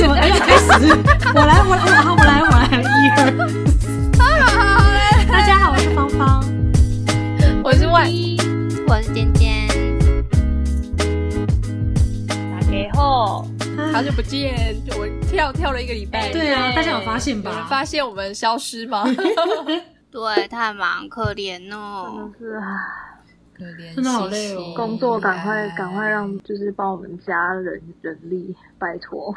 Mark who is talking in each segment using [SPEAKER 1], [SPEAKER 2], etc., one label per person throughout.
[SPEAKER 1] 哎
[SPEAKER 2] 哎我来，我来，然后我来，我来，一二。大家好，我是芳芳。
[SPEAKER 1] 我是万
[SPEAKER 3] 我是尖尖，
[SPEAKER 1] 打给后，好久不见，我跳跳了一个礼拜。
[SPEAKER 2] 对啊，大家有发现
[SPEAKER 1] 有人
[SPEAKER 2] 吧？
[SPEAKER 1] 发现我们消失 吗？
[SPEAKER 3] 对，太忙，可怜哦。
[SPEAKER 4] 是啊，
[SPEAKER 1] 可怜
[SPEAKER 2] 真的好累哦
[SPEAKER 4] 工作赶快赶快让，就是帮我们家人人力，拜托。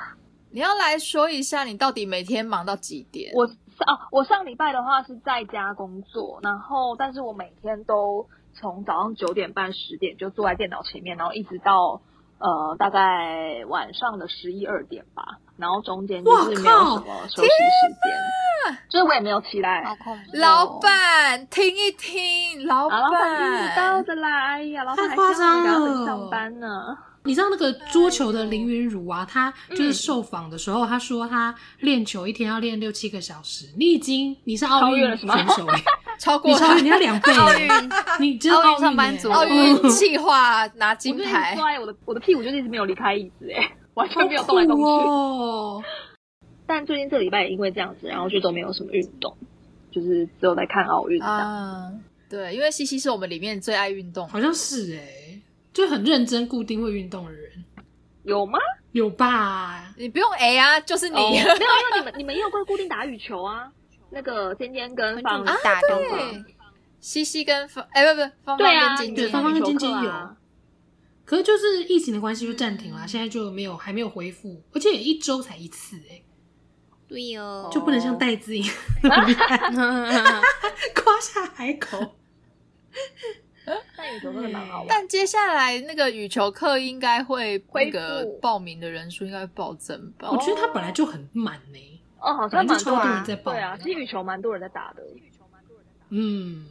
[SPEAKER 1] 你要来说一下，你到底每天忙到几点？
[SPEAKER 4] 我哦，我上礼拜的话是在家工作，然后但是我每天都从早上九点半十点就坐在电脑前面，然后一直到呃大概晚上的十一二点吧，然后中间就是没有
[SPEAKER 2] 哇靠
[SPEAKER 4] 什么休息时间，就是我也没有起来。
[SPEAKER 3] 好恐怖哦！
[SPEAKER 1] 老板，听一听，老板，
[SPEAKER 4] 啊，老板听不到的啦！哎呀，老板
[SPEAKER 2] 太
[SPEAKER 4] 还
[SPEAKER 2] 夸张
[SPEAKER 4] 希望我赶快
[SPEAKER 2] 了
[SPEAKER 4] 上班呢。
[SPEAKER 2] 你知道那个桌球的林云儒啊，他就是受访的时候，他说他练球一天要练六七个小时。你已经你是奥
[SPEAKER 4] 超越
[SPEAKER 2] 运
[SPEAKER 4] 了是吗
[SPEAKER 2] 选手哎、
[SPEAKER 1] 超
[SPEAKER 2] 你
[SPEAKER 1] 过
[SPEAKER 2] 超
[SPEAKER 1] 他
[SPEAKER 2] 越人家两倍、
[SPEAKER 3] 奥运
[SPEAKER 2] 欸，你真的
[SPEAKER 3] 奥运
[SPEAKER 2] 奥运
[SPEAKER 3] 上班
[SPEAKER 2] 欸
[SPEAKER 3] 族
[SPEAKER 1] 奥运哦计划拿
[SPEAKER 4] 我
[SPEAKER 1] 金
[SPEAKER 4] 就一
[SPEAKER 1] 牌
[SPEAKER 4] 直坐。在我的我的屁股就是一直没有离开椅子，哎，完全没有
[SPEAKER 2] 好
[SPEAKER 4] 动来动
[SPEAKER 2] 酷
[SPEAKER 4] 去。
[SPEAKER 2] 哦。
[SPEAKER 4] 但最近这礼拜也因为这样子，然后就都没有什么运动，就是只有在看奥运这样。
[SPEAKER 1] 啊，对，因为西西是我们里面最爱运动，
[SPEAKER 2] 好像是哎、就很认真固定会运动的人，
[SPEAKER 4] 有吗？
[SPEAKER 2] 有吧？
[SPEAKER 1] 你不用 A 啊，就是你。
[SPEAKER 4] 哦没有，因为你们你们也有会固定打羽球啊。那个尖尖跟
[SPEAKER 3] 很啊
[SPEAKER 4] 方
[SPEAKER 3] 久，没打的
[SPEAKER 1] 对，西西跟方，哎、不不，方
[SPEAKER 4] 对
[SPEAKER 1] 方
[SPEAKER 4] 啊
[SPEAKER 1] 跟
[SPEAKER 2] 对，
[SPEAKER 1] 晶晶，
[SPEAKER 4] 你
[SPEAKER 2] 芳
[SPEAKER 4] 们
[SPEAKER 2] 芳跟
[SPEAKER 4] 有
[SPEAKER 2] 晶
[SPEAKER 4] 球
[SPEAKER 2] 晶
[SPEAKER 4] 课
[SPEAKER 2] 有
[SPEAKER 4] 啊。
[SPEAKER 2] 可是就是疫情的关系就暂
[SPEAKER 1] 嗯
[SPEAKER 2] 停啦，现在就没有还没有恢复，而且也一周才一次哎、
[SPEAKER 3] 对哦，
[SPEAKER 2] 就不能像戴资颖 夸下海口。
[SPEAKER 1] 哦
[SPEAKER 4] 但羽球真的蛮好玩。
[SPEAKER 1] 但接下来那个羽球课应该会那个
[SPEAKER 4] 恢复
[SPEAKER 1] 报名的人数应该会暴增吧？
[SPEAKER 2] 我觉得他本来就很满呢、
[SPEAKER 4] 哦，好像
[SPEAKER 2] 本
[SPEAKER 4] 蛮多
[SPEAKER 2] 来就超多
[SPEAKER 4] 啊
[SPEAKER 2] 人在报
[SPEAKER 4] 对啊，其实羽球蛮多人在打的。
[SPEAKER 2] 嗯，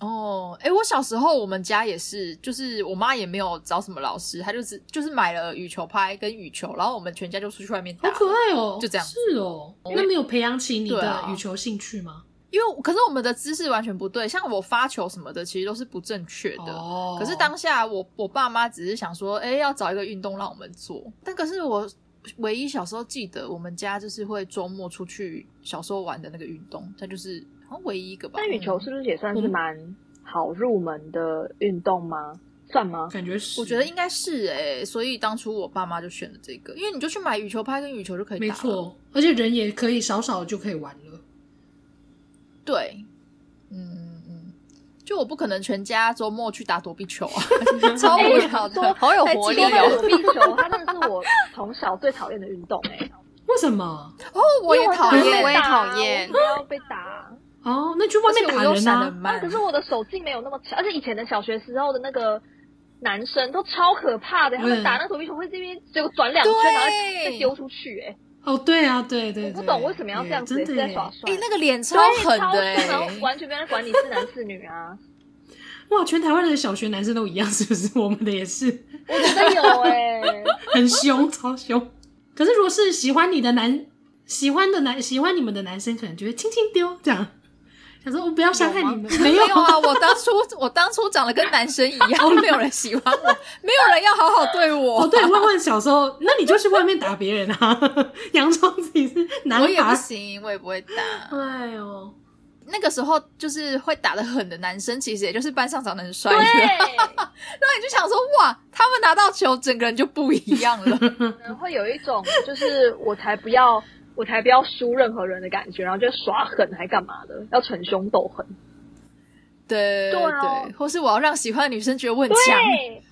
[SPEAKER 1] 哦，哎、我小时候我们家也是，就是我妈也没有找什么老师，她就只就是买了羽球拍跟羽球，然后我们全家就出去外面打
[SPEAKER 2] 好
[SPEAKER 1] 了。
[SPEAKER 2] 可爱哦、
[SPEAKER 1] 啊就这样
[SPEAKER 2] 是哦、那没有培养起你
[SPEAKER 1] 对
[SPEAKER 2] 的
[SPEAKER 1] 啊
[SPEAKER 2] 羽球兴趣吗？
[SPEAKER 1] 因为可是我们的姿势完全不对，像我发球什么的，其实都是不正确的。
[SPEAKER 2] 哦，
[SPEAKER 1] 可是当下我我爸妈只是想说，哎、要找一个运动让我们做。但可是我唯一小时候记得，我们家就是会周末出去小时候玩的那个运动，它就是好像唯一一个吧。
[SPEAKER 4] 但羽球
[SPEAKER 1] 嗯
[SPEAKER 4] 是不是也算是蛮好入门的运动吗？算吗？
[SPEAKER 2] 感觉是，
[SPEAKER 1] 我觉得应该是哎、所以当初我爸妈就选了这个，因为你就去买羽球拍跟羽球就可以打。
[SPEAKER 2] 没，错，而且人也可以少少就可以玩了。
[SPEAKER 1] 对，嗯嗯嗯，就我不可能全家周末去打躲避球啊， 超无聊的，好有活
[SPEAKER 4] 说到躲避球，它真的是我从小最讨厌的运动哎、
[SPEAKER 2] 为什么？
[SPEAKER 1] 哦，我也讨
[SPEAKER 3] 因为
[SPEAKER 1] 厌，
[SPEAKER 3] 我
[SPEAKER 4] 我
[SPEAKER 3] 也讨厌
[SPEAKER 4] 不要被打。
[SPEAKER 2] 哦，那去外面打
[SPEAKER 1] 而且我又
[SPEAKER 2] 人
[SPEAKER 1] 闪得
[SPEAKER 2] 啊！
[SPEAKER 1] 慢。
[SPEAKER 4] 可是我的手劲没有那么强，而且以前的小学时候的那个男生都超可怕的，他们打那个躲避球会这边结果转两圈，
[SPEAKER 1] 对
[SPEAKER 4] 然后再丢出去、哎，
[SPEAKER 2] 哦，对啊，对对
[SPEAKER 4] 我
[SPEAKER 2] 对，
[SPEAKER 4] 不懂为什么要这样子，
[SPEAKER 2] 耶
[SPEAKER 4] 也
[SPEAKER 2] 真
[SPEAKER 4] 是
[SPEAKER 2] 的
[SPEAKER 4] 在
[SPEAKER 2] 耶
[SPEAKER 4] 耍帅。
[SPEAKER 1] 哎、那个脸超
[SPEAKER 4] 对
[SPEAKER 1] 狠
[SPEAKER 4] 超
[SPEAKER 1] 的哎、
[SPEAKER 4] 凶然后完全没人管你是男是女啊！
[SPEAKER 2] 哇，全台湾的小学男生都一样，是 不是？我们的也是
[SPEAKER 4] 我觉得有哎、
[SPEAKER 2] 很凶， 超凶。可是如果是喜欢你的男，喜欢的男，喜欢你们的男生，可能就会轻轻丢这样，想说我不要伤害你 们，没
[SPEAKER 1] 没
[SPEAKER 2] 有
[SPEAKER 1] 有啊，我当初我当初长得跟男生一样，没有人喜欢我，没有人要好好对我。
[SPEAKER 2] 哦，对，万万小时候，那你就去外面打别人啊， 佯装自己是男
[SPEAKER 1] 我也不
[SPEAKER 2] 孩。
[SPEAKER 1] 行，我也不会打。
[SPEAKER 2] 哎呦，
[SPEAKER 1] 那个时候就是会打的狠的男生，其实也就是班上长得很帅的。然
[SPEAKER 4] 对，
[SPEAKER 1] 后你就想说，哇，他们拿到球，整个人就不一样 了。
[SPEAKER 4] 可能会有一种就是我才不要，我才不要输任何人的感觉，然后就耍狠还干嘛的，要逞凶斗狠。
[SPEAKER 1] 对
[SPEAKER 4] 对啊
[SPEAKER 1] 对，或是我要让喜欢的女生觉得我很强。
[SPEAKER 4] 对，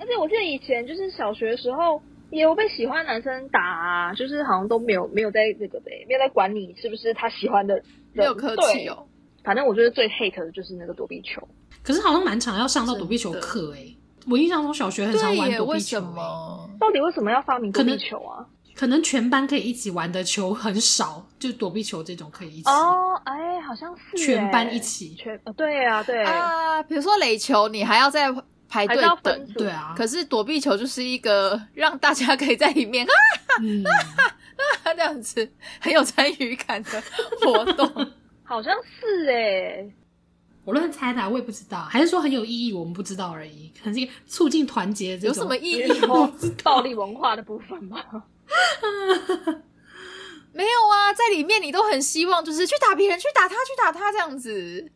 [SPEAKER 4] 而且我记得以前就是小学的时候，也有被喜欢的男生打、啊，就是好像都没有没有在那个呗，没有在管你是不是他喜欢的人，
[SPEAKER 1] 没有客气哦，
[SPEAKER 4] 对。反正我觉得最 hate 的就是那个躲避球，
[SPEAKER 2] 可是好像蛮常要上到躲避球
[SPEAKER 1] 真的
[SPEAKER 2] 课诶、我印象中小学很常
[SPEAKER 1] 对
[SPEAKER 2] 玩
[SPEAKER 1] 耶，
[SPEAKER 2] 躲
[SPEAKER 1] 为
[SPEAKER 2] 避球、
[SPEAKER 1] 什
[SPEAKER 2] 欸。
[SPEAKER 1] 么？
[SPEAKER 4] 到底为什么要发明躲避球啊？
[SPEAKER 2] 可能全班可以一起玩的球很少，就躲避球这种可以一起，
[SPEAKER 4] 哦，哎，好像是
[SPEAKER 2] 全班一
[SPEAKER 4] 哎，
[SPEAKER 2] 起。
[SPEAKER 4] 全呃对啊对，
[SPEAKER 1] 啊，比如说垒球，你还要在排
[SPEAKER 4] 还
[SPEAKER 1] 队
[SPEAKER 4] 是要分
[SPEAKER 1] 等。
[SPEAKER 4] 组，
[SPEAKER 2] 对啊，
[SPEAKER 1] 可是躲避球就是一个让大家可以在里面啊
[SPEAKER 2] 嗯，
[SPEAKER 1] 这样子很有参与感的活动。
[SPEAKER 4] 好像 是哎，
[SPEAKER 2] 我乱猜的啊，我也不知道，还是说很有意义，我们不知道而已。可能是一个促进团结这种，
[SPEAKER 1] 有什么意义
[SPEAKER 4] 有什么暴力文化的部分吗？
[SPEAKER 1] 没有啊，在里面你都很希望就是去打别人，去打他，去打他这样子，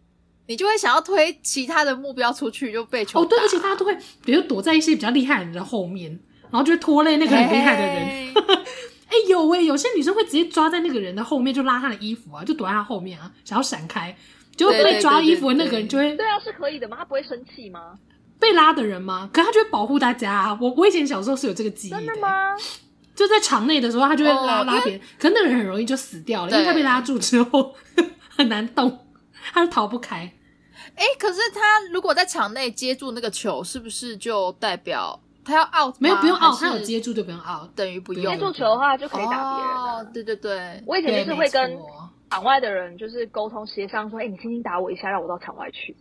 [SPEAKER 1] 你就会想要推其他的目标出去，就被球
[SPEAKER 2] 哦，对，
[SPEAKER 1] 打
[SPEAKER 2] 而且大家都会，比如躲在一些比较厉害的人的后面，然后就会拖累那
[SPEAKER 1] 哎
[SPEAKER 2] 个很厉害的人。
[SPEAKER 1] 嘿
[SPEAKER 2] 哎、有哎、有些女生会直接抓在那个人的后面，就拉他的衣服啊，就躲在他后面啊，想要闪开，结果
[SPEAKER 1] 对对
[SPEAKER 2] 被抓
[SPEAKER 1] 对对
[SPEAKER 2] 衣服的那个人
[SPEAKER 1] 对
[SPEAKER 2] 就会
[SPEAKER 4] 对啊，是可以的吗？他不会生气吗？
[SPEAKER 2] 被拉的人吗？可他就会保护大家啊。我我以前小时候是有这个记忆
[SPEAKER 4] 真的
[SPEAKER 2] 欸
[SPEAKER 4] 吗？
[SPEAKER 2] 就在场内的时候，他就会拉、
[SPEAKER 1] 哦
[SPEAKER 2] 拉别人，可那个人很容易就死掉了，因为
[SPEAKER 1] 对
[SPEAKER 2] 他被拉住之后很难动，他就逃不开。
[SPEAKER 1] 哎、可是他如果在场内接住那个球，是不是就代表他要 out？吗
[SPEAKER 2] 没有不用
[SPEAKER 1] 啊还
[SPEAKER 2] out，他有
[SPEAKER 1] 是
[SPEAKER 2] 接住就不用 out，
[SPEAKER 1] 等于不
[SPEAKER 2] 接
[SPEAKER 1] 用
[SPEAKER 4] 接住球的话就可以打别人啊、
[SPEAKER 1] 哦，对对对，
[SPEAKER 4] 我以前
[SPEAKER 2] 对，
[SPEAKER 4] 就是会
[SPEAKER 2] 没
[SPEAKER 4] 跟
[SPEAKER 2] 错
[SPEAKER 4] 场外的人就是沟通协商说，哎、你轻轻打我一下，让我到场外去。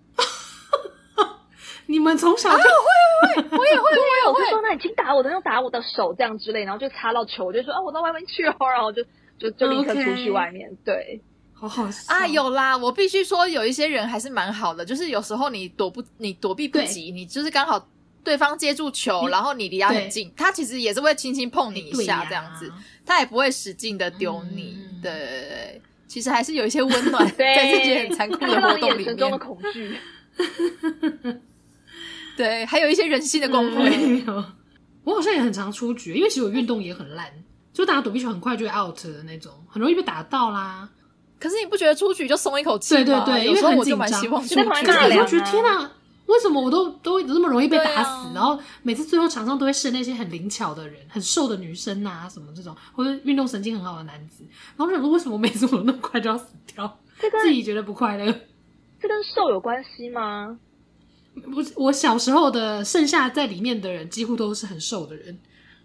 [SPEAKER 2] 你们从小就、
[SPEAKER 1] 我也会，我
[SPEAKER 4] 我
[SPEAKER 1] 也
[SPEAKER 4] 就
[SPEAKER 1] 会。
[SPEAKER 4] 说，那你轻打我的，用打我的手这样之类，然后就擦到球，我就说，啊，我到外面去哦，然后就就就立刻
[SPEAKER 2] OK
[SPEAKER 4] 出去外面。 对，
[SPEAKER 2] 好好笑
[SPEAKER 1] 啊，有啦！我必须说，有一些人还是蛮好的，就是有时候你躲不，你躲避不
[SPEAKER 2] 对
[SPEAKER 1] 及，你就是刚好对方接住球，然后你离他
[SPEAKER 2] 对哎
[SPEAKER 1] 很近，他其实也是会轻轻碰你一
[SPEAKER 2] 对
[SPEAKER 1] 下
[SPEAKER 2] 呀
[SPEAKER 1] 这样子，他也不会使劲的丢你。
[SPEAKER 2] 嗯
[SPEAKER 1] 对对对对，其实还是有一些温 暖
[SPEAKER 4] 对
[SPEAKER 1] 在这些很残酷
[SPEAKER 4] 看
[SPEAKER 1] 的
[SPEAKER 4] 到
[SPEAKER 1] 活
[SPEAKER 4] 你
[SPEAKER 1] 动
[SPEAKER 4] 眼
[SPEAKER 1] 里
[SPEAKER 4] 神中的
[SPEAKER 1] 面，
[SPEAKER 4] 恐惧。
[SPEAKER 1] 对，还有一些人性的光辉。
[SPEAKER 2] 嗯有我好像也很常出局，因为其实我运动也很烂，就打躲避球很快就会 out 的那种，很容易被打到啦。
[SPEAKER 1] 可是你不觉得出局就松一口气吗？
[SPEAKER 2] 对对对，因
[SPEAKER 1] 有
[SPEAKER 2] 为
[SPEAKER 1] 时候
[SPEAKER 2] 很
[SPEAKER 1] 我
[SPEAKER 2] 紧
[SPEAKER 1] 就
[SPEAKER 2] 张，
[SPEAKER 1] 蛮希望出
[SPEAKER 4] 在旁边
[SPEAKER 1] 局
[SPEAKER 2] 真
[SPEAKER 4] 看
[SPEAKER 2] 的
[SPEAKER 4] 着
[SPEAKER 2] 你
[SPEAKER 1] 的。
[SPEAKER 2] 会觉得天哪、为什么我都都这么容易被打死？
[SPEAKER 1] 对啊
[SPEAKER 2] 然后每次最后场上都会剩那些很灵巧的人、很瘦的女生啊，什么这种，或者运动神经很好的男子。然后我想说，为什么每次我都那么快就要死掉？
[SPEAKER 4] 这跟
[SPEAKER 2] 自己觉得不快乐。
[SPEAKER 4] 这跟瘦有关系吗？
[SPEAKER 2] 不是，我小时候的剩下在里面的人，几乎都是很瘦的人。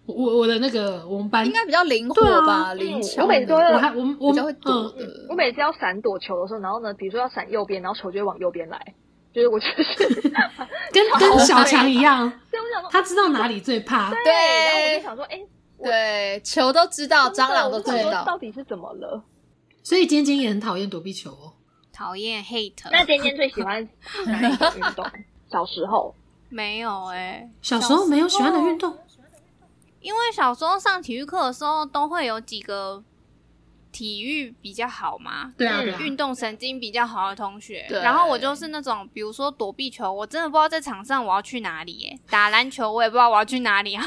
[SPEAKER 2] 我我我的那个我们班
[SPEAKER 1] 应该比较灵
[SPEAKER 2] 对啊
[SPEAKER 1] 活吧，灵
[SPEAKER 4] 嗯
[SPEAKER 1] 巧的。
[SPEAKER 4] 我每次都会
[SPEAKER 2] 我还我们我们
[SPEAKER 1] 比较会躲
[SPEAKER 2] 嗯，
[SPEAKER 1] 的。
[SPEAKER 4] 我每次要闪躲球的时候，然后呢，比如说要闪右边，然后球就会往右边来，就是我就是，
[SPEAKER 2] 跟跟小强一样，
[SPEAKER 4] 对，我想 说，
[SPEAKER 2] 他知道哪里最怕。
[SPEAKER 4] 对，然后我就想说，哎、我
[SPEAKER 1] 对，球都知道，
[SPEAKER 4] 真
[SPEAKER 1] 蟑
[SPEAKER 4] 的
[SPEAKER 1] 螂
[SPEAKER 4] 啊我
[SPEAKER 1] 都
[SPEAKER 4] 就
[SPEAKER 1] 知
[SPEAKER 4] 想说
[SPEAKER 1] 道。
[SPEAKER 4] 到底是怎么了？
[SPEAKER 2] 所以尖尖也很讨厌躲避球哦。
[SPEAKER 3] 讨厌 hate。
[SPEAKER 4] 那尖尖最喜欢哪一种运 动？小时候，
[SPEAKER 3] 没有哎、
[SPEAKER 2] 小时候没有喜欢的运动，
[SPEAKER 3] 因为小时候上体育课的时候，都会有几个体育比较好嘛，
[SPEAKER 2] 对啊对啊，
[SPEAKER 3] 运动神经比较好的同学，
[SPEAKER 1] 对
[SPEAKER 3] 然后我就是那种，比如说躲避球，我真的不知道在场上我要去哪里耶；打篮球我也不知道我要去哪里啊，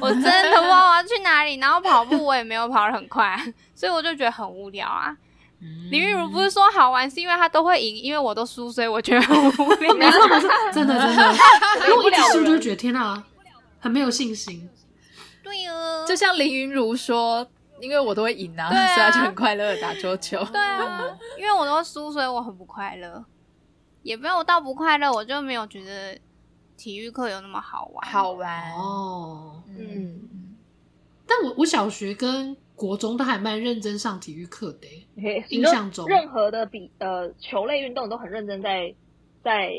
[SPEAKER 3] 我真的不知道我要去哪里。然后跑步我也没有跑得很快， 所以我就觉得很无聊啊。
[SPEAKER 2] 嗯
[SPEAKER 3] 林玉如不是说好玩是因为他都会赢，因为我都输，所以我觉得很无 聊。
[SPEAKER 2] 没错没错，真的真 的，因为我一直输就会觉得天啊，很没有信心。
[SPEAKER 3] 对哦，
[SPEAKER 1] 就像林云如说，因为我都会赢啊，
[SPEAKER 3] 对啊
[SPEAKER 1] 所以他就很快乐的打桌球。
[SPEAKER 3] 对啊，因为我都输，所以我很不快乐，也没有到不快乐，我就没有觉得体育课有那么好玩。
[SPEAKER 1] 好玩，
[SPEAKER 2] 哦，
[SPEAKER 1] 嗯，
[SPEAKER 2] 但我我小学跟国中都还蛮认真上体育课的欸耶，
[SPEAKER 4] 嘿
[SPEAKER 2] 印象中
[SPEAKER 4] 任何的比呃球类运动都很认真在在，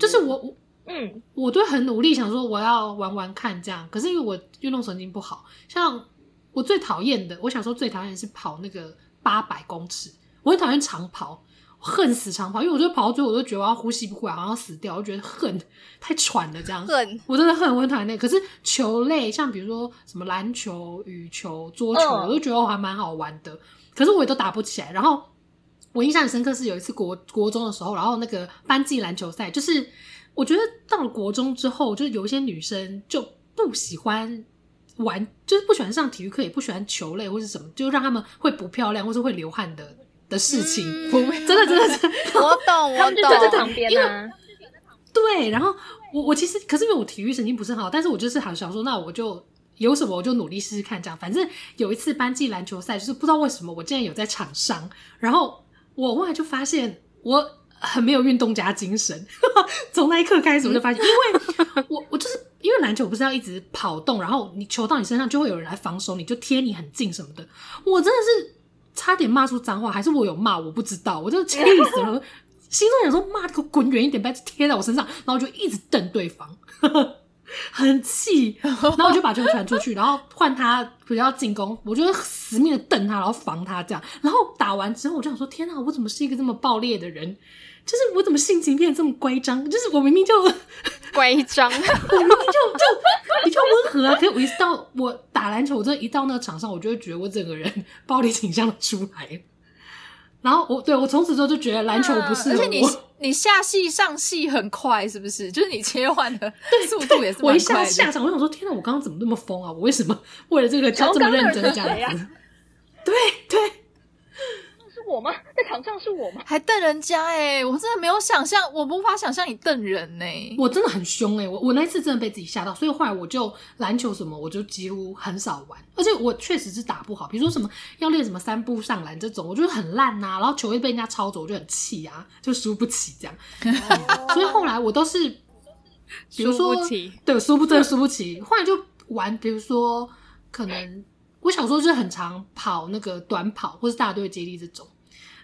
[SPEAKER 2] 就是我我
[SPEAKER 4] 嗯，
[SPEAKER 2] 我都很努力想说我要玩玩看这样，可是因为我运动神经不好，像我最讨厌的，我小时候最讨厌的是跑那个八百公尺，我很讨厌长跑，我恨死长跑，因为我就跑到最后我就觉得我要呼吸不过来，好像要死掉，我就觉得恨太喘了这样。
[SPEAKER 3] 恨
[SPEAKER 2] 我真的很我很讨厌那个。可是球类，像比如说什么篮球、羽球、桌球，
[SPEAKER 4] 嗯
[SPEAKER 2] 我都觉得我还蛮好玩的。可是我也都打不起来。然后我印象很深刻是有一次国国中的时候，然后那个班级篮球赛，就是我觉得到了国中之后，就有一些女生就不喜欢。玩就是不喜欢上体育课，也不喜欢球类或是什么，就让他们会不漂亮或是会流汗的的事情。
[SPEAKER 3] 嗯
[SPEAKER 2] 真的真的真的
[SPEAKER 3] 我懂，
[SPEAKER 4] 他
[SPEAKER 3] 我
[SPEAKER 4] 们就在
[SPEAKER 3] 懂。
[SPEAKER 4] 旁边啊，
[SPEAKER 2] 对，然后我我其实可是因为我体育神经不是很好，但是我就是好想说，那我就有什么我就努力试试看这样。反正有一次班级篮球赛，就是不知道为什么我竟然有在场上，然后我后来就发现我很没有运动家精神。 从那一刻开始，我就发现，因为我我就是因为篮球不是要一直跑动，然后你球到你身上就会有人来防守，你就贴你很近什么的。我真的是差点骂出脏话，还是我有骂？我不知道，我就气死了。心中想说骂你给我滚远一点，不要贴在我身上，然后我就一直瞪对方， 很气。然后我就把球传出去，然后换他比较进攻，我就死命的瞪他，然后防他这样。然后打完之后，我就想说：天哪，啊我怎么是一个这么暴烈的人？就是我怎么性情变得这么乖张？就是我明明就我
[SPEAKER 3] 乖张，
[SPEAKER 2] 明明就就比较温和啊，可是我一直到我打打篮球，我真的一到那个场上，我就会觉得我整个人暴力倾向出来。然后我对我从此之后就觉得篮球不是
[SPEAKER 1] 而且
[SPEAKER 2] 我，
[SPEAKER 1] 你你下戏上戏很快，是不是？就是你切换的速度也是
[SPEAKER 2] 我
[SPEAKER 1] 蛮
[SPEAKER 2] 一下
[SPEAKER 1] 快
[SPEAKER 2] 下
[SPEAKER 1] 的。
[SPEAKER 2] 场，我想说，天哪，我刚刚怎么那么疯啊？我为什么为了这个
[SPEAKER 4] 然
[SPEAKER 2] 要
[SPEAKER 4] 后
[SPEAKER 2] 这么
[SPEAKER 4] 刚刚
[SPEAKER 2] 认
[SPEAKER 4] 那
[SPEAKER 2] 真
[SPEAKER 4] 个人
[SPEAKER 2] 这
[SPEAKER 4] 是谁
[SPEAKER 2] 样子
[SPEAKER 4] 啊？
[SPEAKER 2] 对对，
[SPEAKER 4] 是我吗？在场上是我 吗？
[SPEAKER 1] 还瞪人家哎、我真的没有想象，我无法想象你瞪人欸呢、
[SPEAKER 2] 我真的很凶哎、我我那一次真的被自己吓到，所以后来我就篮球什么我就几乎很少玩，而且我确实是打不好，比如说什么要练什么三步上篮这种，我就是很烂呐、然后球会被人家抄走，我就很气啊，就输不起这样，所以后来我都是，比如说
[SPEAKER 3] 输不起
[SPEAKER 2] 对输不真的输不起，后来就玩，比如说可能我小时候就是很常跑那个短跑或是大队接力这种，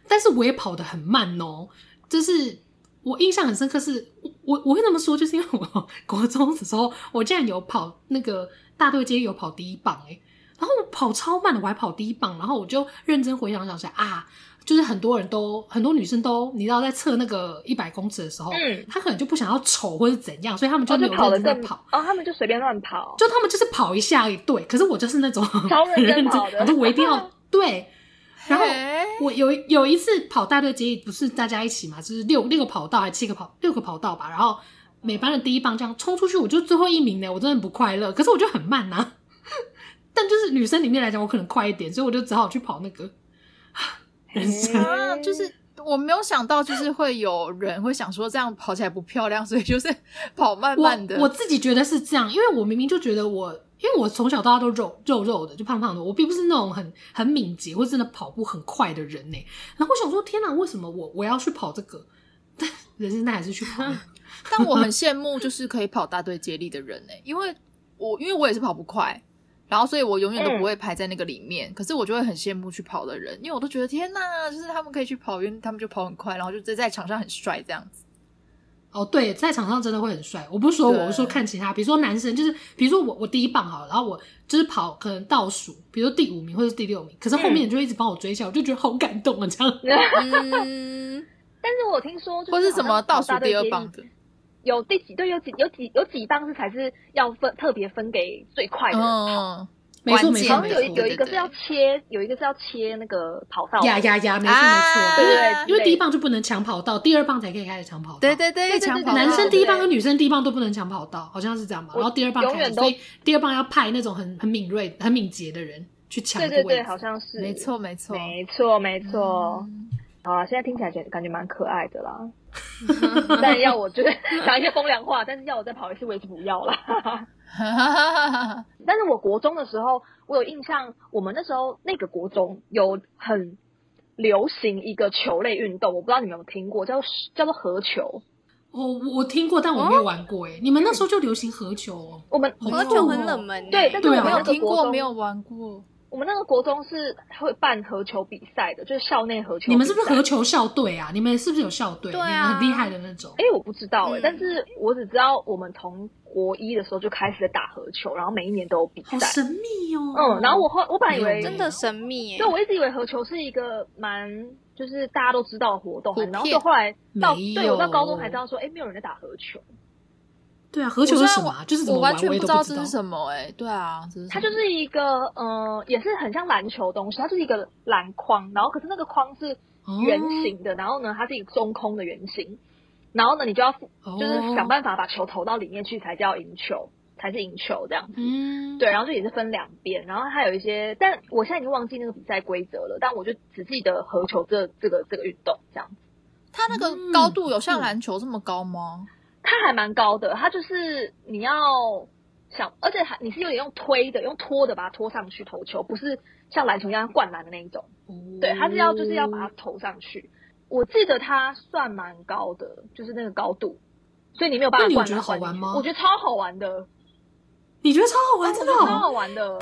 [SPEAKER 2] 但是我也跑得很慢哦，就是我印象很深刻是，我我我会这么说，就是因为我 国中的时候，我竟然有跑那个大队接力有跑第一棒哎、然后我跑超慢的，我还跑第一棒，然后我就认真回想想想啊，就是很多人都很多女生都，你知道在测那个一百公尺的时候，
[SPEAKER 4] 嗯
[SPEAKER 2] 她可能就不想要丑或者怎样，所以他们 就
[SPEAKER 4] 然
[SPEAKER 2] 没
[SPEAKER 4] 后
[SPEAKER 2] 有
[SPEAKER 4] 哦就跑
[SPEAKER 2] 认
[SPEAKER 4] 得
[SPEAKER 2] 真在
[SPEAKER 4] 更
[SPEAKER 2] 跑。
[SPEAKER 4] 哦，他们就随便乱 跑，
[SPEAKER 2] 就他们就是跑一下一对，可是我就是那种
[SPEAKER 4] 超
[SPEAKER 2] 很认真
[SPEAKER 4] 认真 跑的，
[SPEAKER 2] 我说我一定 要对。然后
[SPEAKER 1] 嘿
[SPEAKER 2] 我有一有一次跑大队接力，不是大家一起嘛，就是六六个跑道还七个跑六个跑道吧，然后每班的第一棒这样冲出去，我就最后一名呢，我真的不快乐，可是我就很慢呐、啊 但就是女生里面来讲，我可能快一点，所以我就只好去跑那个人生。
[SPEAKER 4] 嗯
[SPEAKER 1] 啊，就是我没有想到，就是会有人会想说这样跑起来不漂亮，所以就是跑慢慢的。
[SPEAKER 2] 我。我自己觉得是这样，因为我明明就觉得我，因为我从小到大都肉肉肉的，就胖胖的，我并不是那种很很敏捷或真的跑步很快的人呢、然后我想说，天哪，为什么我我要去跑这个？但人生那还是去跑那个。
[SPEAKER 1] 但我很羡慕就是可以跑大队接力的人呢、因为我因为我也是跑不快，然后所以我永远都不会排在那个里
[SPEAKER 4] 嗯
[SPEAKER 1] 面。可是我就会很羡慕去跑的人，因为我都觉得天呐，就是他们可以去跑，因为他们就跑很快，然后就在在场上很帅这样子。
[SPEAKER 2] 哦，对，在场上真的会很帅。我不是说我，
[SPEAKER 1] 对
[SPEAKER 2] 我是说看其他，比如说男生，就是比如说我，我第一棒好了，然后我就是跑可能倒数，比如说第五名或者是第六名，可是
[SPEAKER 4] 嗯
[SPEAKER 2] 后面人就一直帮我追下，我就觉得好感动啊，这样。
[SPEAKER 1] 嗯，
[SPEAKER 4] 但是我听说就
[SPEAKER 1] 或是
[SPEAKER 4] 好
[SPEAKER 1] 什
[SPEAKER 4] 像
[SPEAKER 1] 么倒
[SPEAKER 4] 跑
[SPEAKER 1] 数
[SPEAKER 4] 大队
[SPEAKER 1] 第二
[SPEAKER 4] 接力
[SPEAKER 1] 棒的，
[SPEAKER 4] 有第几对有几有几有几棒是才是要分特别分给最快的人跑，
[SPEAKER 1] 嗯，
[SPEAKER 2] 没错没
[SPEAKER 1] 关键
[SPEAKER 2] 错
[SPEAKER 4] 好像
[SPEAKER 2] 没
[SPEAKER 4] 有
[SPEAKER 2] 错
[SPEAKER 4] 一有一个是要
[SPEAKER 1] 对
[SPEAKER 4] 切，有一个是要切那个跑道的，
[SPEAKER 2] 呀呀呀，没错
[SPEAKER 1] 啊
[SPEAKER 2] 没错，因为
[SPEAKER 4] 对
[SPEAKER 2] 因为
[SPEAKER 4] 对
[SPEAKER 2] 第一棒就不能抢跑道，第二棒才可以开始抢跑道。
[SPEAKER 1] 对对对，
[SPEAKER 4] 对对
[SPEAKER 1] 抢跑道
[SPEAKER 2] 男生第一棒
[SPEAKER 4] 对
[SPEAKER 2] 跟女生第一棒都不能抢跑道，好像是这样吧？
[SPEAKER 4] 我
[SPEAKER 2] 然后第二棒
[SPEAKER 4] 永
[SPEAKER 2] 开
[SPEAKER 4] 远
[SPEAKER 2] 始，
[SPEAKER 4] 都
[SPEAKER 2] 所以第二棒要派那种很很敏锐、很敏捷的人去抢
[SPEAKER 4] 对
[SPEAKER 2] 这
[SPEAKER 4] 对
[SPEAKER 2] 个位
[SPEAKER 4] 对，
[SPEAKER 2] 置。
[SPEAKER 4] 好像是
[SPEAKER 1] 没，错没错，
[SPEAKER 4] 没错没错。
[SPEAKER 1] 嗯
[SPEAKER 4] 好啊，现在听起来觉得感觉蛮可爱 的啦。但要我就是 讲一些风凉话，但是要我再跑一次，我也是不要啦。
[SPEAKER 1] 嗯
[SPEAKER 4] 但是我国中的时候，我有印象，我们那时候那个国中有很流行一个球类运动，我不知道你们有没有听过，叫叫做合球。
[SPEAKER 2] 哦我我听过，但我没
[SPEAKER 4] 哦
[SPEAKER 2] 有玩过哎、你们那
[SPEAKER 4] 嗯
[SPEAKER 2] 时候就流行合球哦。
[SPEAKER 4] 我们嗯
[SPEAKER 2] 合
[SPEAKER 3] 喝
[SPEAKER 2] 球
[SPEAKER 3] 酒很冷门欸，
[SPEAKER 4] 哦对但是
[SPEAKER 2] 对
[SPEAKER 4] 我
[SPEAKER 2] 啊
[SPEAKER 1] 没
[SPEAKER 4] 们
[SPEAKER 1] 有
[SPEAKER 4] 那个
[SPEAKER 1] 听
[SPEAKER 4] 国
[SPEAKER 1] 过，
[SPEAKER 4] 中
[SPEAKER 1] 没有玩过。
[SPEAKER 4] 我们那个国中是会办合球比赛的，就是校内合球比赛。
[SPEAKER 2] 你们是不是合球校队啊？你们是不是有校队？
[SPEAKER 3] 对啊
[SPEAKER 2] 你们很厉害的那种。
[SPEAKER 4] 哎、我不知道哎、
[SPEAKER 3] 嗯
[SPEAKER 4] 但是我只知道我们从国一的时候就开始打合球，然后每一年都有比
[SPEAKER 2] 好
[SPEAKER 4] 赛。
[SPEAKER 2] 神秘哦。
[SPEAKER 4] 嗯，然后我后我本来以
[SPEAKER 2] 没有
[SPEAKER 4] 为，
[SPEAKER 2] 哎真
[SPEAKER 3] 真的神秘欸耶
[SPEAKER 4] 对，。我一直以为合球是一个蛮就是大家都知道的活动
[SPEAKER 1] 普，
[SPEAKER 4] 然后
[SPEAKER 1] 遍
[SPEAKER 4] 就后来到
[SPEAKER 2] 没
[SPEAKER 4] 对我到
[SPEAKER 2] 有
[SPEAKER 4] 高中才知道说，哎、没有人在打合球，
[SPEAKER 2] 对啊，合球是什么啊、
[SPEAKER 1] 我虽然我
[SPEAKER 2] 就是怎么
[SPEAKER 1] 我完
[SPEAKER 2] 玩
[SPEAKER 1] 全
[SPEAKER 2] 也
[SPEAKER 1] 知
[SPEAKER 2] 都
[SPEAKER 1] 道
[SPEAKER 2] 不
[SPEAKER 1] 这是什么哎、欸，对啊，这是什
[SPEAKER 4] 它
[SPEAKER 1] 么
[SPEAKER 4] 就是一个呃，也是很像篮球的东西，它就是一个篮筐，然后可是那个筐是
[SPEAKER 2] 哦
[SPEAKER 4] 圆形的，然后呢它是一个中空的圆形，然后呢你就要
[SPEAKER 2] 哦
[SPEAKER 4] 就是想办法把球投到里面去才叫赢球，才是赢球这样子。
[SPEAKER 2] 嗯，
[SPEAKER 4] 对，然后就也是分两边，然后还有一些，但我现在已经忘记那个比赛规则了，但我就只记得合球这这个这个运动这样子，
[SPEAKER 1] 它那个
[SPEAKER 2] 嗯
[SPEAKER 1] 高度有像篮球这么高吗？
[SPEAKER 4] 它还蛮高的，它就是你要想，而且还你是有点用推的，用拖的把它拖上去投球，不是像篮球一样灌篮的那一种，
[SPEAKER 2] 哦
[SPEAKER 4] 对，它是要就是要把它投上去。我记得它算蛮高的，就是那个高度，所以你没有办
[SPEAKER 2] 那
[SPEAKER 4] 法
[SPEAKER 2] 你有觉得好
[SPEAKER 4] 灌篮灌
[SPEAKER 2] 玩
[SPEAKER 4] 进去
[SPEAKER 2] 吗
[SPEAKER 4] 我觉得超好玩的，
[SPEAKER 2] 你觉得超好玩，
[SPEAKER 4] 我
[SPEAKER 2] 真的、
[SPEAKER 4] 觉得超好
[SPEAKER 2] 哦？
[SPEAKER 4] 玩的。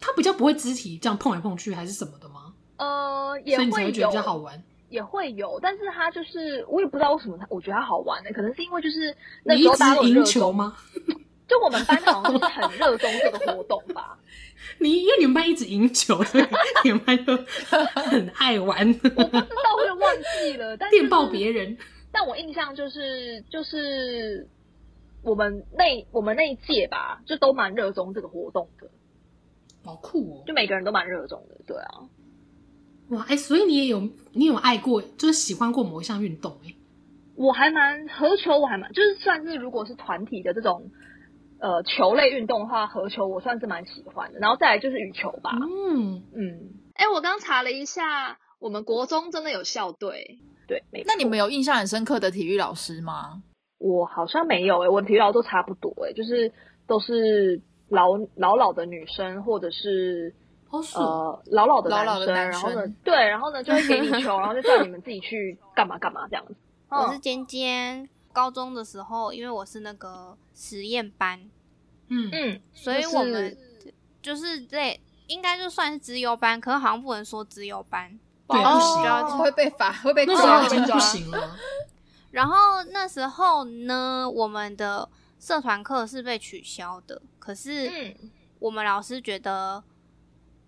[SPEAKER 2] 它比较不会肢体这样碰来碰去还是什么的吗？
[SPEAKER 4] 呃，也
[SPEAKER 2] 所以你才
[SPEAKER 4] 会
[SPEAKER 2] 会觉得
[SPEAKER 4] 有
[SPEAKER 2] 比较好玩。
[SPEAKER 4] 也会有，但是它就是我也不知道为什么它，我觉得它好玩的、欸可能是因为就是那
[SPEAKER 2] 你
[SPEAKER 4] 时
[SPEAKER 2] 一
[SPEAKER 4] 候大家
[SPEAKER 2] 直
[SPEAKER 4] 都很
[SPEAKER 2] 赢
[SPEAKER 4] 热
[SPEAKER 2] 球
[SPEAKER 4] 衷，
[SPEAKER 2] 吗？
[SPEAKER 4] 就我们班好像就是很热衷这个活动吧。
[SPEAKER 2] 你因为你们班一直赢球，所以 你们班就很爱玩，
[SPEAKER 4] 我不知道，我也忘记了，但、就是、
[SPEAKER 2] 电爆别人。
[SPEAKER 4] 但我印象就是就是我们那我们那一届吧，就都蛮热衷这个活动的。
[SPEAKER 2] 好酷哦！
[SPEAKER 4] 就每个人都蛮热衷的，对啊。
[SPEAKER 2] 哇，哎、所以你也有你有爱过，就是喜欢过某一项运动哎、
[SPEAKER 4] 我还蛮合球，我还蛮就是算是如果是团体的这种呃球类运动的话，合球我算是蛮喜欢的。然后再来就是羽球吧，
[SPEAKER 2] 嗯，
[SPEAKER 4] 嗯，
[SPEAKER 5] 哎、我刚查了一下，我们国中真的有校队，
[SPEAKER 4] 对，没错。
[SPEAKER 1] 那你们有印象很深刻的体育老师吗？
[SPEAKER 4] 我好像没有诶、哎我的疲劳都差不多诶、就是都是老老老的女生或者是。
[SPEAKER 2] 好爽、
[SPEAKER 4] 呃，老老的
[SPEAKER 1] 老老的
[SPEAKER 4] 生，
[SPEAKER 1] 男
[SPEAKER 4] 然后呢
[SPEAKER 1] 生，
[SPEAKER 4] 对，然后呢就会给你 球，然后就叫你们自己去干嘛干嘛这样子。
[SPEAKER 3] 我
[SPEAKER 5] 哦
[SPEAKER 3] 是
[SPEAKER 4] 嗯
[SPEAKER 3] 尖尖，高中的时候，因为我是那个实验班，
[SPEAKER 2] 嗯，
[SPEAKER 4] 嗯，
[SPEAKER 3] 所以
[SPEAKER 1] 就是
[SPEAKER 3] 我们就是这应该就算是资优班，可是好像不能说资优班。
[SPEAKER 2] 对，
[SPEAKER 3] 哦
[SPEAKER 2] 不行，
[SPEAKER 3] 哦
[SPEAKER 1] 会被罚， 会被
[SPEAKER 2] 那时
[SPEAKER 3] 啊
[SPEAKER 2] 候已
[SPEAKER 1] 抓。
[SPEAKER 2] 经不行了。
[SPEAKER 3] 然后那时候呢，我们的社团课是被取消的，可是
[SPEAKER 4] 嗯
[SPEAKER 3] 我们老师觉得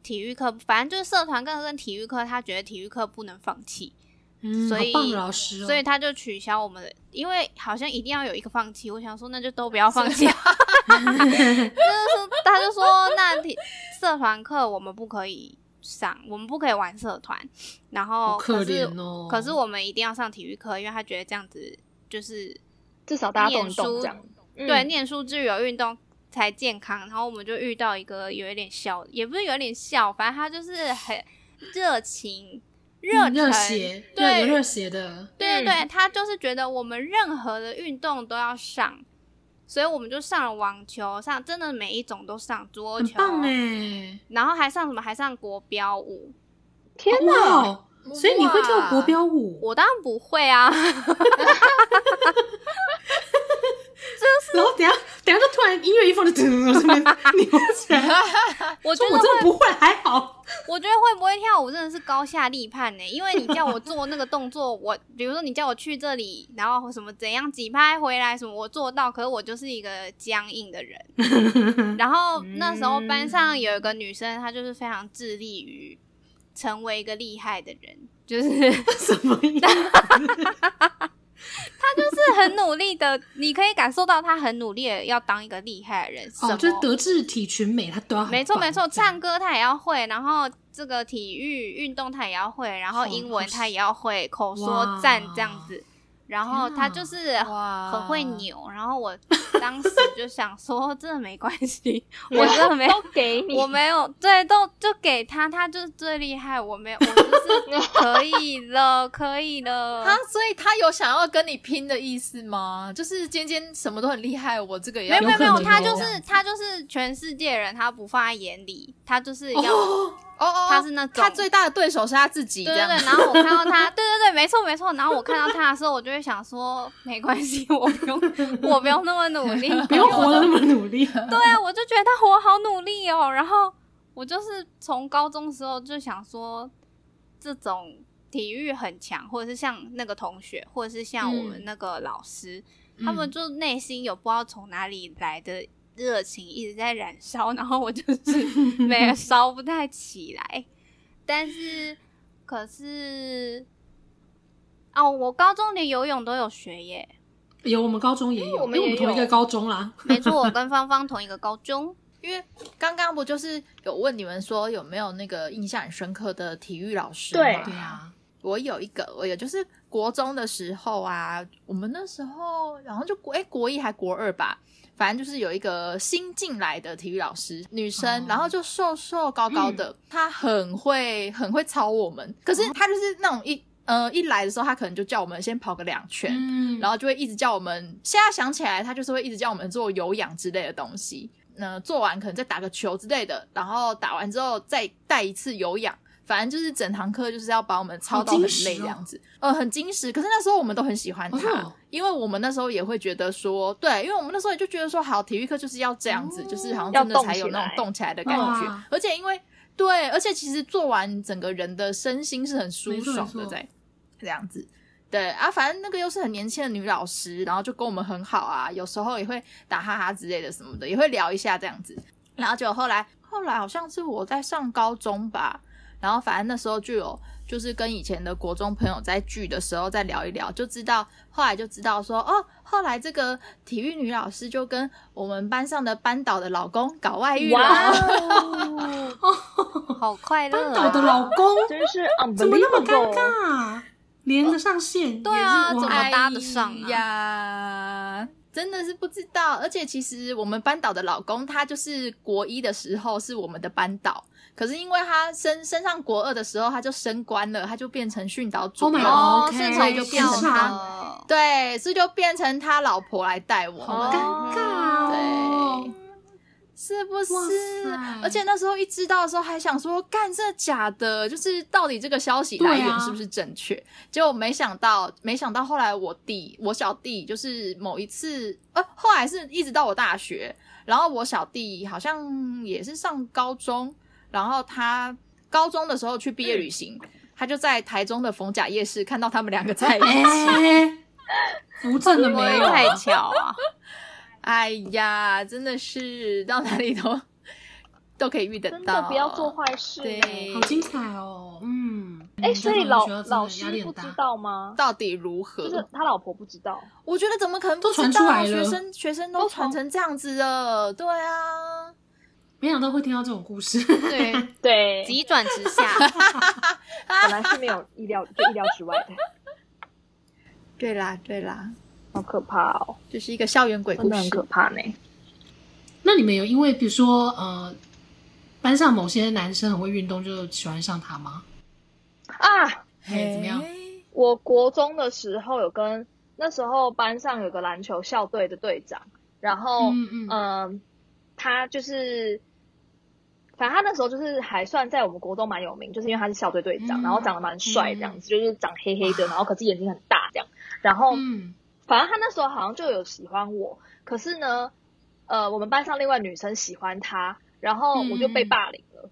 [SPEAKER 3] 体育课，反正就是社团课跟体育课，他觉得体育课不能放弃，
[SPEAKER 2] 嗯，
[SPEAKER 3] 所
[SPEAKER 2] 好
[SPEAKER 3] 以
[SPEAKER 2] 棒的老师哦，
[SPEAKER 3] 所以他就取消我们的，因为好像一定要有一个放弃。我想说，那就都不要放弃。就是 他就说，那体社团课我们不可以上，我们不可以玩社团。然后
[SPEAKER 2] 好可
[SPEAKER 3] 是
[SPEAKER 2] 怜哦
[SPEAKER 3] 可是我们一定要上体育课，因为他觉得这样子就是
[SPEAKER 5] 至少大家动
[SPEAKER 3] 念
[SPEAKER 5] 一动
[SPEAKER 3] 书
[SPEAKER 5] 这样。
[SPEAKER 4] 嗯
[SPEAKER 3] 对，念书之余有运动才健康。然后我们就遇到一个有一点笑，也不是有点笑，反正他就是很热情、热
[SPEAKER 2] 嗯
[SPEAKER 3] 忱
[SPEAKER 2] 热血，热
[SPEAKER 3] 对
[SPEAKER 2] 有热血的，
[SPEAKER 3] 对对
[SPEAKER 4] 嗯
[SPEAKER 3] 对，他就是觉得我们任何的运动都要上，所以我们就上了网球，上真的每一种都上，桌
[SPEAKER 2] 很
[SPEAKER 3] 球，
[SPEAKER 2] 棒哎、
[SPEAKER 3] 然后还上什么还上国标舞，
[SPEAKER 4] 天
[SPEAKER 2] 哇
[SPEAKER 4] 哪，
[SPEAKER 2] 哦，所以你会跳国标舞，
[SPEAKER 3] 我当然不会啊，
[SPEAKER 2] 然后等一下等一下就突然音乐一放就噔噔噔噔噔扭起来，
[SPEAKER 3] 我觉
[SPEAKER 2] 说
[SPEAKER 3] 得
[SPEAKER 2] 我真的不会，还好，
[SPEAKER 3] 我觉得会不会跳舞真的是高下立判呢、因为你叫我做那个动作，我比如说你叫我去这里，然后什么怎样几拍回来什么，我做到，可是我就是一个僵硬的人。 然后那时候班
[SPEAKER 2] 嗯
[SPEAKER 3] 上有一个女生，她就是非常致力于成为一个厉害的人，就是
[SPEAKER 2] 什么意思？哦
[SPEAKER 3] 她就是很努力的，你可以感受到她很努力的要当一个厉害的人。什么、
[SPEAKER 2] 哦，就是德智体群美，他都要很
[SPEAKER 3] 没错
[SPEAKER 2] 棒
[SPEAKER 3] 没错，
[SPEAKER 2] 这样
[SPEAKER 3] 唱歌他也要会，然后这个体育运动他也要会，然后
[SPEAKER 2] 好
[SPEAKER 3] 英文
[SPEAKER 2] 好
[SPEAKER 3] 他也要会，口
[SPEAKER 2] 哇
[SPEAKER 3] 说赞这样子。然后他就是
[SPEAKER 1] 哇
[SPEAKER 3] 很会扭，然后我当时就想说，真的没关系， 我真的没
[SPEAKER 5] 都给你，
[SPEAKER 3] 我没有对，都就给他，他就是最厉害，我没有，我就是可以 了，可以了。
[SPEAKER 1] 他所以他有想要跟你拼的意思吗？就是尖尖什么都很厉害，我这个也
[SPEAKER 3] 没
[SPEAKER 1] 要
[SPEAKER 3] 有没有没有，
[SPEAKER 2] 有可能
[SPEAKER 3] 他
[SPEAKER 2] 哦
[SPEAKER 3] 就是他就是全世界人，他不放在眼里，他就是要、
[SPEAKER 2] 哦，
[SPEAKER 1] 哦哦，
[SPEAKER 3] 他是那种
[SPEAKER 1] 他最大的对手是他自己，
[SPEAKER 3] 对
[SPEAKER 1] 这
[SPEAKER 3] 对
[SPEAKER 1] 样
[SPEAKER 3] 对，然后我看到他，对对对，没错没错。然后我看到他的时候，我就会想说，没关系，我不用，我不用那么努力，
[SPEAKER 2] 不用活得那么努力，
[SPEAKER 3] 对啊，我就觉得他活好努力哦。然后我就是从高中时候就想说，这种体育很强，或者是像那个同学，或者是像我们那个老师，他们就内心有不知道从哪里来的热情一直在燃烧，然后我就是 没有烧不太起来。但是，可是，哦，我高中连游泳都有学耶，
[SPEAKER 2] 有我们高中也有，
[SPEAKER 5] 我们
[SPEAKER 2] 因为
[SPEAKER 5] 也
[SPEAKER 2] 我们同一个
[SPEAKER 5] 有
[SPEAKER 2] 高中啦，
[SPEAKER 3] 没错，我跟芳芳同一个高中。
[SPEAKER 1] 因为刚刚不就是有问你们说有没有那个印象很深刻的体育老师吗？
[SPEAKER 4] 对
[SPEAKER 2] 对啊，
[SPEAKER 1] 我有一个，我也就是国中的时候啊，我们那时候然后就国哎、国一还国二吧，反正就是有一个新进来的体育老师，女生，
[SPEAKER 2] 哦
[SPEAKER 1] 然后就瘦瘦高高的，她很会很会操我们，可是她就是那种一呃一来的时候，她可能就叫我们先跑个两圈，
[SPEAKER 2] 嗯，
[SPEAKER 1] 然
[SPEAKER 2] 后
[SPEAKER 1] 后就会一直叫我们。现在想起来，他就是会一直叫我们做有氧之类的东西。那做完可能再打个球之类的，然后打完之后再带一次有氧，反正就是整堂课就是要把我们操到很
[SPEAKER 2] 好精
[SPEAKER 1] 累
[SPEAKER 2] 实哦
[SPEAKER 1] 这样子，呃，很精实。可是那时候我们都很喜欢他，
[SPEAKER 2] 哦
[SPEAKER 1] 因为我们那时候也会觉得说，对，因为我们那时候也就觉得说，好，体育课就是要这样子，
[SPEAKER 2] 哦
[SPEAKER 1] 就是好像
[SPEAKER 4] 要
[SPEAKER 1] 真的才有
[SPEAKER 4] 动起
[SPEAKER 1] 那
[SPEAKER 4] 来
[SPEAKER 1] 种动起来的感觉
[SPEAKER 2] 哇，
[SPEAKER 1] 而且因为对，而且其实做完整个人的身心是很舒
[SPEAKER 2] 没错
[SPEAKER 1] 爽
[SPEAKER 2] 没错
[SPEAKER 1] 的，在这样子。对啊，反正那个又是很年轻的女老师，然后就跟我们很好啊，有时候也会打哈哈之类的什么的，也会聊一下这样子。然后就后来后来好像是我在上高中吧，然后反正那时候就有就是跟以前的国中朋友在聚的时候再聊一聊，就知道后来就知道说哦，后来这个体育女老师就跟我们班上的班导的老公搞外遇
[SPEAKER 4] 哇
[SPEAKER 1] 了。
[SPEAKER 4] 哦，
[SPEAKER 3] 好快乐、
[SPEAKER 2] 班
[SPEAKER 3] 啊。
[SPEAKER 2] 导的老公
[SPEAKER 4] 真 是
[SPEAKER 2] 怎么那么尴
[SPEAKER 4] unbelievable！
[SPEAKER 2] 尬？连得上线，
[SPEAKER 3] 对啊
[SPEAKER 2] 也是哇
[SPEAKER 3] 怎么搭得上啊
[SPEAKER 1] 哎呀？真的是不知道，而且其实我们班导的老公，他就是国一的时候是我们的班导，可是因为他升升上国二的时候，他就升官了，他就变成训导主
[SPEAKER 2] Oh my
[SPEAKER 1] 任。
[SPEAKER 3] 哦，
[SPEAKER 2] OK，
[SPEAKER 3] 顺
[SPEAKER 1] 所以
[SPEAKER 3] 从
[SPEAKER 1] 就
[SPEAKER 3] 笑
[SPEAKER 1] 变成他
[SPEAKER 3] 了，
[SPEAKER 1] 对，所以就变成他老婆来带我
[SPEAKER 3] 好
[SPEAKER 1] 们。
[SPEAKER 2] 尴尬哦
[SPEAKER 1] 对，是不
[SPEAKER 2] 哇
[SPEAKER 1] 是
[SPEAKER 2] 塞？
[SPEAKER 1] 而且那时候一知道的时候，还想说，干这假的，就是到底这个消息来
[SPEAKER 2] 对啊
[SPEAKER 1] 源是不是正确？结果没想到，没想到后来我弟，我小弟就是某一次，呃，后来是一直到我大学，然后我小弟好像也是上高中，然后他高中的时候去毕业旅行，
[SPEAKER 2] 嗯
[SPEAKER 1] 他就在台中的逢甲夜市看到他们两 个在一起。
[SPEAKER 2] 哎，扶正了没有啊？
[SPEAKER 3] 太巧啊！
[SPEAKER 1] 哎呀，真的是到哪里都都可以遇得
[SPEAKER 4] 真
[SPEAKER 1] 到，
[SPEAKER 4] 的不要做坏事。
[SPEAKER 1] 对
[SPEAKER 2] 好精彩哦，嗯。
[SPEAKER 4] 哎，所以老老
[SPEAKER 2] 压力
[SPEAKER 4] 师
[SPEAKER 2] 很
[SPEAKER 4] 不知
[SPEAKER 2] 大，
[SPEAKER 4] 道吗？
[SPEAKER 1] 到底如何？
[SPEAKER 4] 就是他老婆不知道，
[SPEAKER 1] 我觉得怎么可能不
[SPEAKER 2] 都传
[SPEAKER 1] 知道啊
[SPEAKER 2] 出来了
[SPEAKER 1] 学生学生都传成这样子了，对啊，
[SPEAKER 2] 没想到会听到这种故事。
[SPEAKER 1] 对，
[SPEAKER 4] 对
[SPEAKER 3] 急转直下，
[SPEAKER 4] 本来是没有意料，就意料之外的，
[SPEAKER 1] 对啦，对啦，
[SPEAKER 4] 好可怕哦，
[SPEAKER 1] 就是一个校园鬼
[SPEAKER 4] 真
[SPEAKER 1] 故
[SPEAKER 4] 的很可
[SPEAKER 1] 事。
[SPEAKER 4] 怕呢。
[SPEAKER 2] 那你们有因为比如说呃，班上某些男生很会运动，就喜欢上他吗？
[SPEAKER 4] 啊，
[SPEAKER 2] 哎，怎么样？
[SPEAKER 1] 哎？
[SPEAKER 4] 我国中的时候有跟那时候班上有个篮球校队的队长，然后
[SPEAKER 2] 嗯嗯
[SPEAKER 4] 嗯，他就是，反正他那时候就是还算在我们国中蛮有名，就是因为他是校队队长，
[SPEAKER 2] 嗯
[SPEAKER 4] 然后长得蛮帅这样子，就是长黑黑的，然后可是眼睛很大这样，然后
[SPEAKER 2] 嗯，
[SPEAKER 4] 反正他那时候好像就有喜欢我，可是呢，呃，我们班上另外女生喜欢他，然后我就被霸凌了，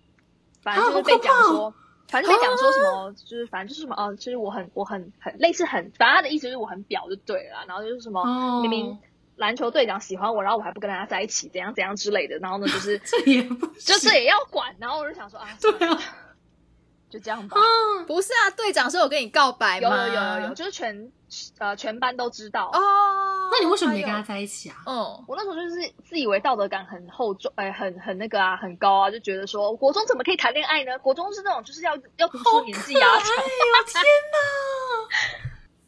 [SPEAKER 4] 反正就是被
[SPEAKER 2] 嗯
[SPEAKER 4] 讲
[SPEAKER 2] 啊好可怕啊
[SPEAKER 4] 说，反正被讲说什么，就是反正就是什么，呃，就是我很我很很类似很，反正他的意思就是我很婊就对了啦，然后就是什么、
[SPEAKER 2] 哦，
[SPEAKER 4] 明明篮球队长喜欢我，然后我还不跟他在一起，怎样怎样之类的，然后呢就是
[SPEAKER 2] 这也不
[SPEAKER 4] 就
[SPEAKER 2] 行
[SPEAKER 4] 是也要管，然后我就想说啊，
[SPEAKER 2] 对
[SPEAKER 4] 算了
[SPEAKER 2] 啊，
[SPEAKER 4] 就这样吧。
[SPEAKER 2] 啊，
[SPEAKER 1] 不是啊，队长是有跟你告白
[SPEAKER 4] 有
[SPEAKER 1] 吗？
[SPEAKER 4] 有有有有，就是全呃全班都知道
[SPEAKER 1] 哦。
[SPEAKER 2] 那你为什么没跟
[SPEAKER 1] 哎
[SPEAKER 2] 他
[SPEAKER 1] 呦？
[SPEAKER 2] 在一起啊？
[SPEAKER 1] 嗯，
[SPEAKER 4] 我那时候就是自以为道德感很厚重，哎、很很那个啊，很高啊，就觉得说国中怎么可以谈恋爱呢？国中是那种就是要要读书年纪啊，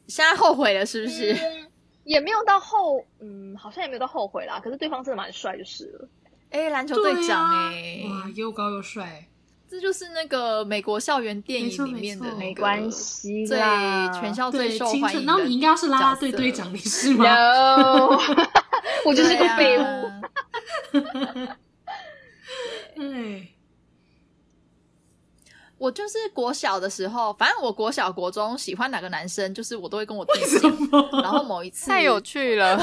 [SPEAKER 1] 现在后悔了是不是？
[SPEAKER 4] 嗯 也没有到后，嗯，好像也没有到后悔啦。可是对方真的蛮帅，就是了。
[SPEAKER 1] 哎，篮球
[SPEAKER 2] 对
[SPEAKER 1] 队长哎，
[SPEAKER 2] 啊哇，又高又帅，
[SPEAKER 1] 这就是那个美国校园电
[SPEAKER 2] 没错
[SPEAKER 1] 影里面的
[SPEAKER 2] 没错
[SPEAKER 1] 那
[SPEAKER 2] 没
[SPEAKER 1] 个
[SPEAKER 4] 系
[SPEAKER 1] 最全校最
[SPEAKER 2] 对，
[SPEAKER 1] 哦受
[SPEAKER 2] 青
[SPEAKER 1] 欢
[SPEAKER 2] 春。
[SPEAKER 1] 迎
[SPEAKER 2] 然后
[SPEAKER 1] 的
[SPEAKER 2] 你应该要是啦啦队
[SPEAKER 1] 角色
[SPEAKER 2] 队长，你 是吗？
[SPEAKER 4] No，我 就是个
[SPEAKER 1] 对啊
[SPEAKER 4] 废物。
[SPEAKER 2] 对，
[SPEAKER 1] 我就是国小的时候，反正我国小、国中喜欢哪个男生，就是我都会跟我弟
[SPEAKER 2] 什
[SPEAKER 1] 讲。
[SPEAKER 2] 么？
[SPEAKER 1] 然后某一次，
[SPEAKER 3] 太有趣了，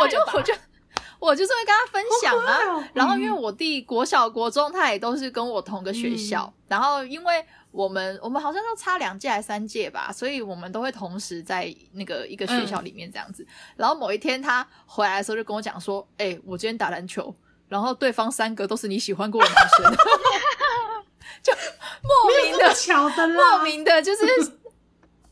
[SPEAKER 1] 我就我就我就是会跟他分享啊。
[SPEAKER 2] 哦
[SPEAKER 1] 然后因为我弟国小、国中他也都是跟我同个学校，
[SPEAKER 2] 嗯
[SPEAKER 1] 然后因为我们我们好像都差两届还三届吧，所以我们都会同时在那个一个学
[SPEAKER 2] 嗯
[SPEAKER 1] 校里面这样子。然后某一天他回来的时候就跟我讲说：“哎、我今天打篮球，然后对方三个都是你喜欢过的男生。” 就莫
[SPEAKER 2] 嗯
[SPEAKER 1] 名
[SPEAKER 2] 这么
[SPEAKER 1] 的
[SPEAKER 2] 巧啊的啦，
[SPEAKER 1] 莫名的，就是就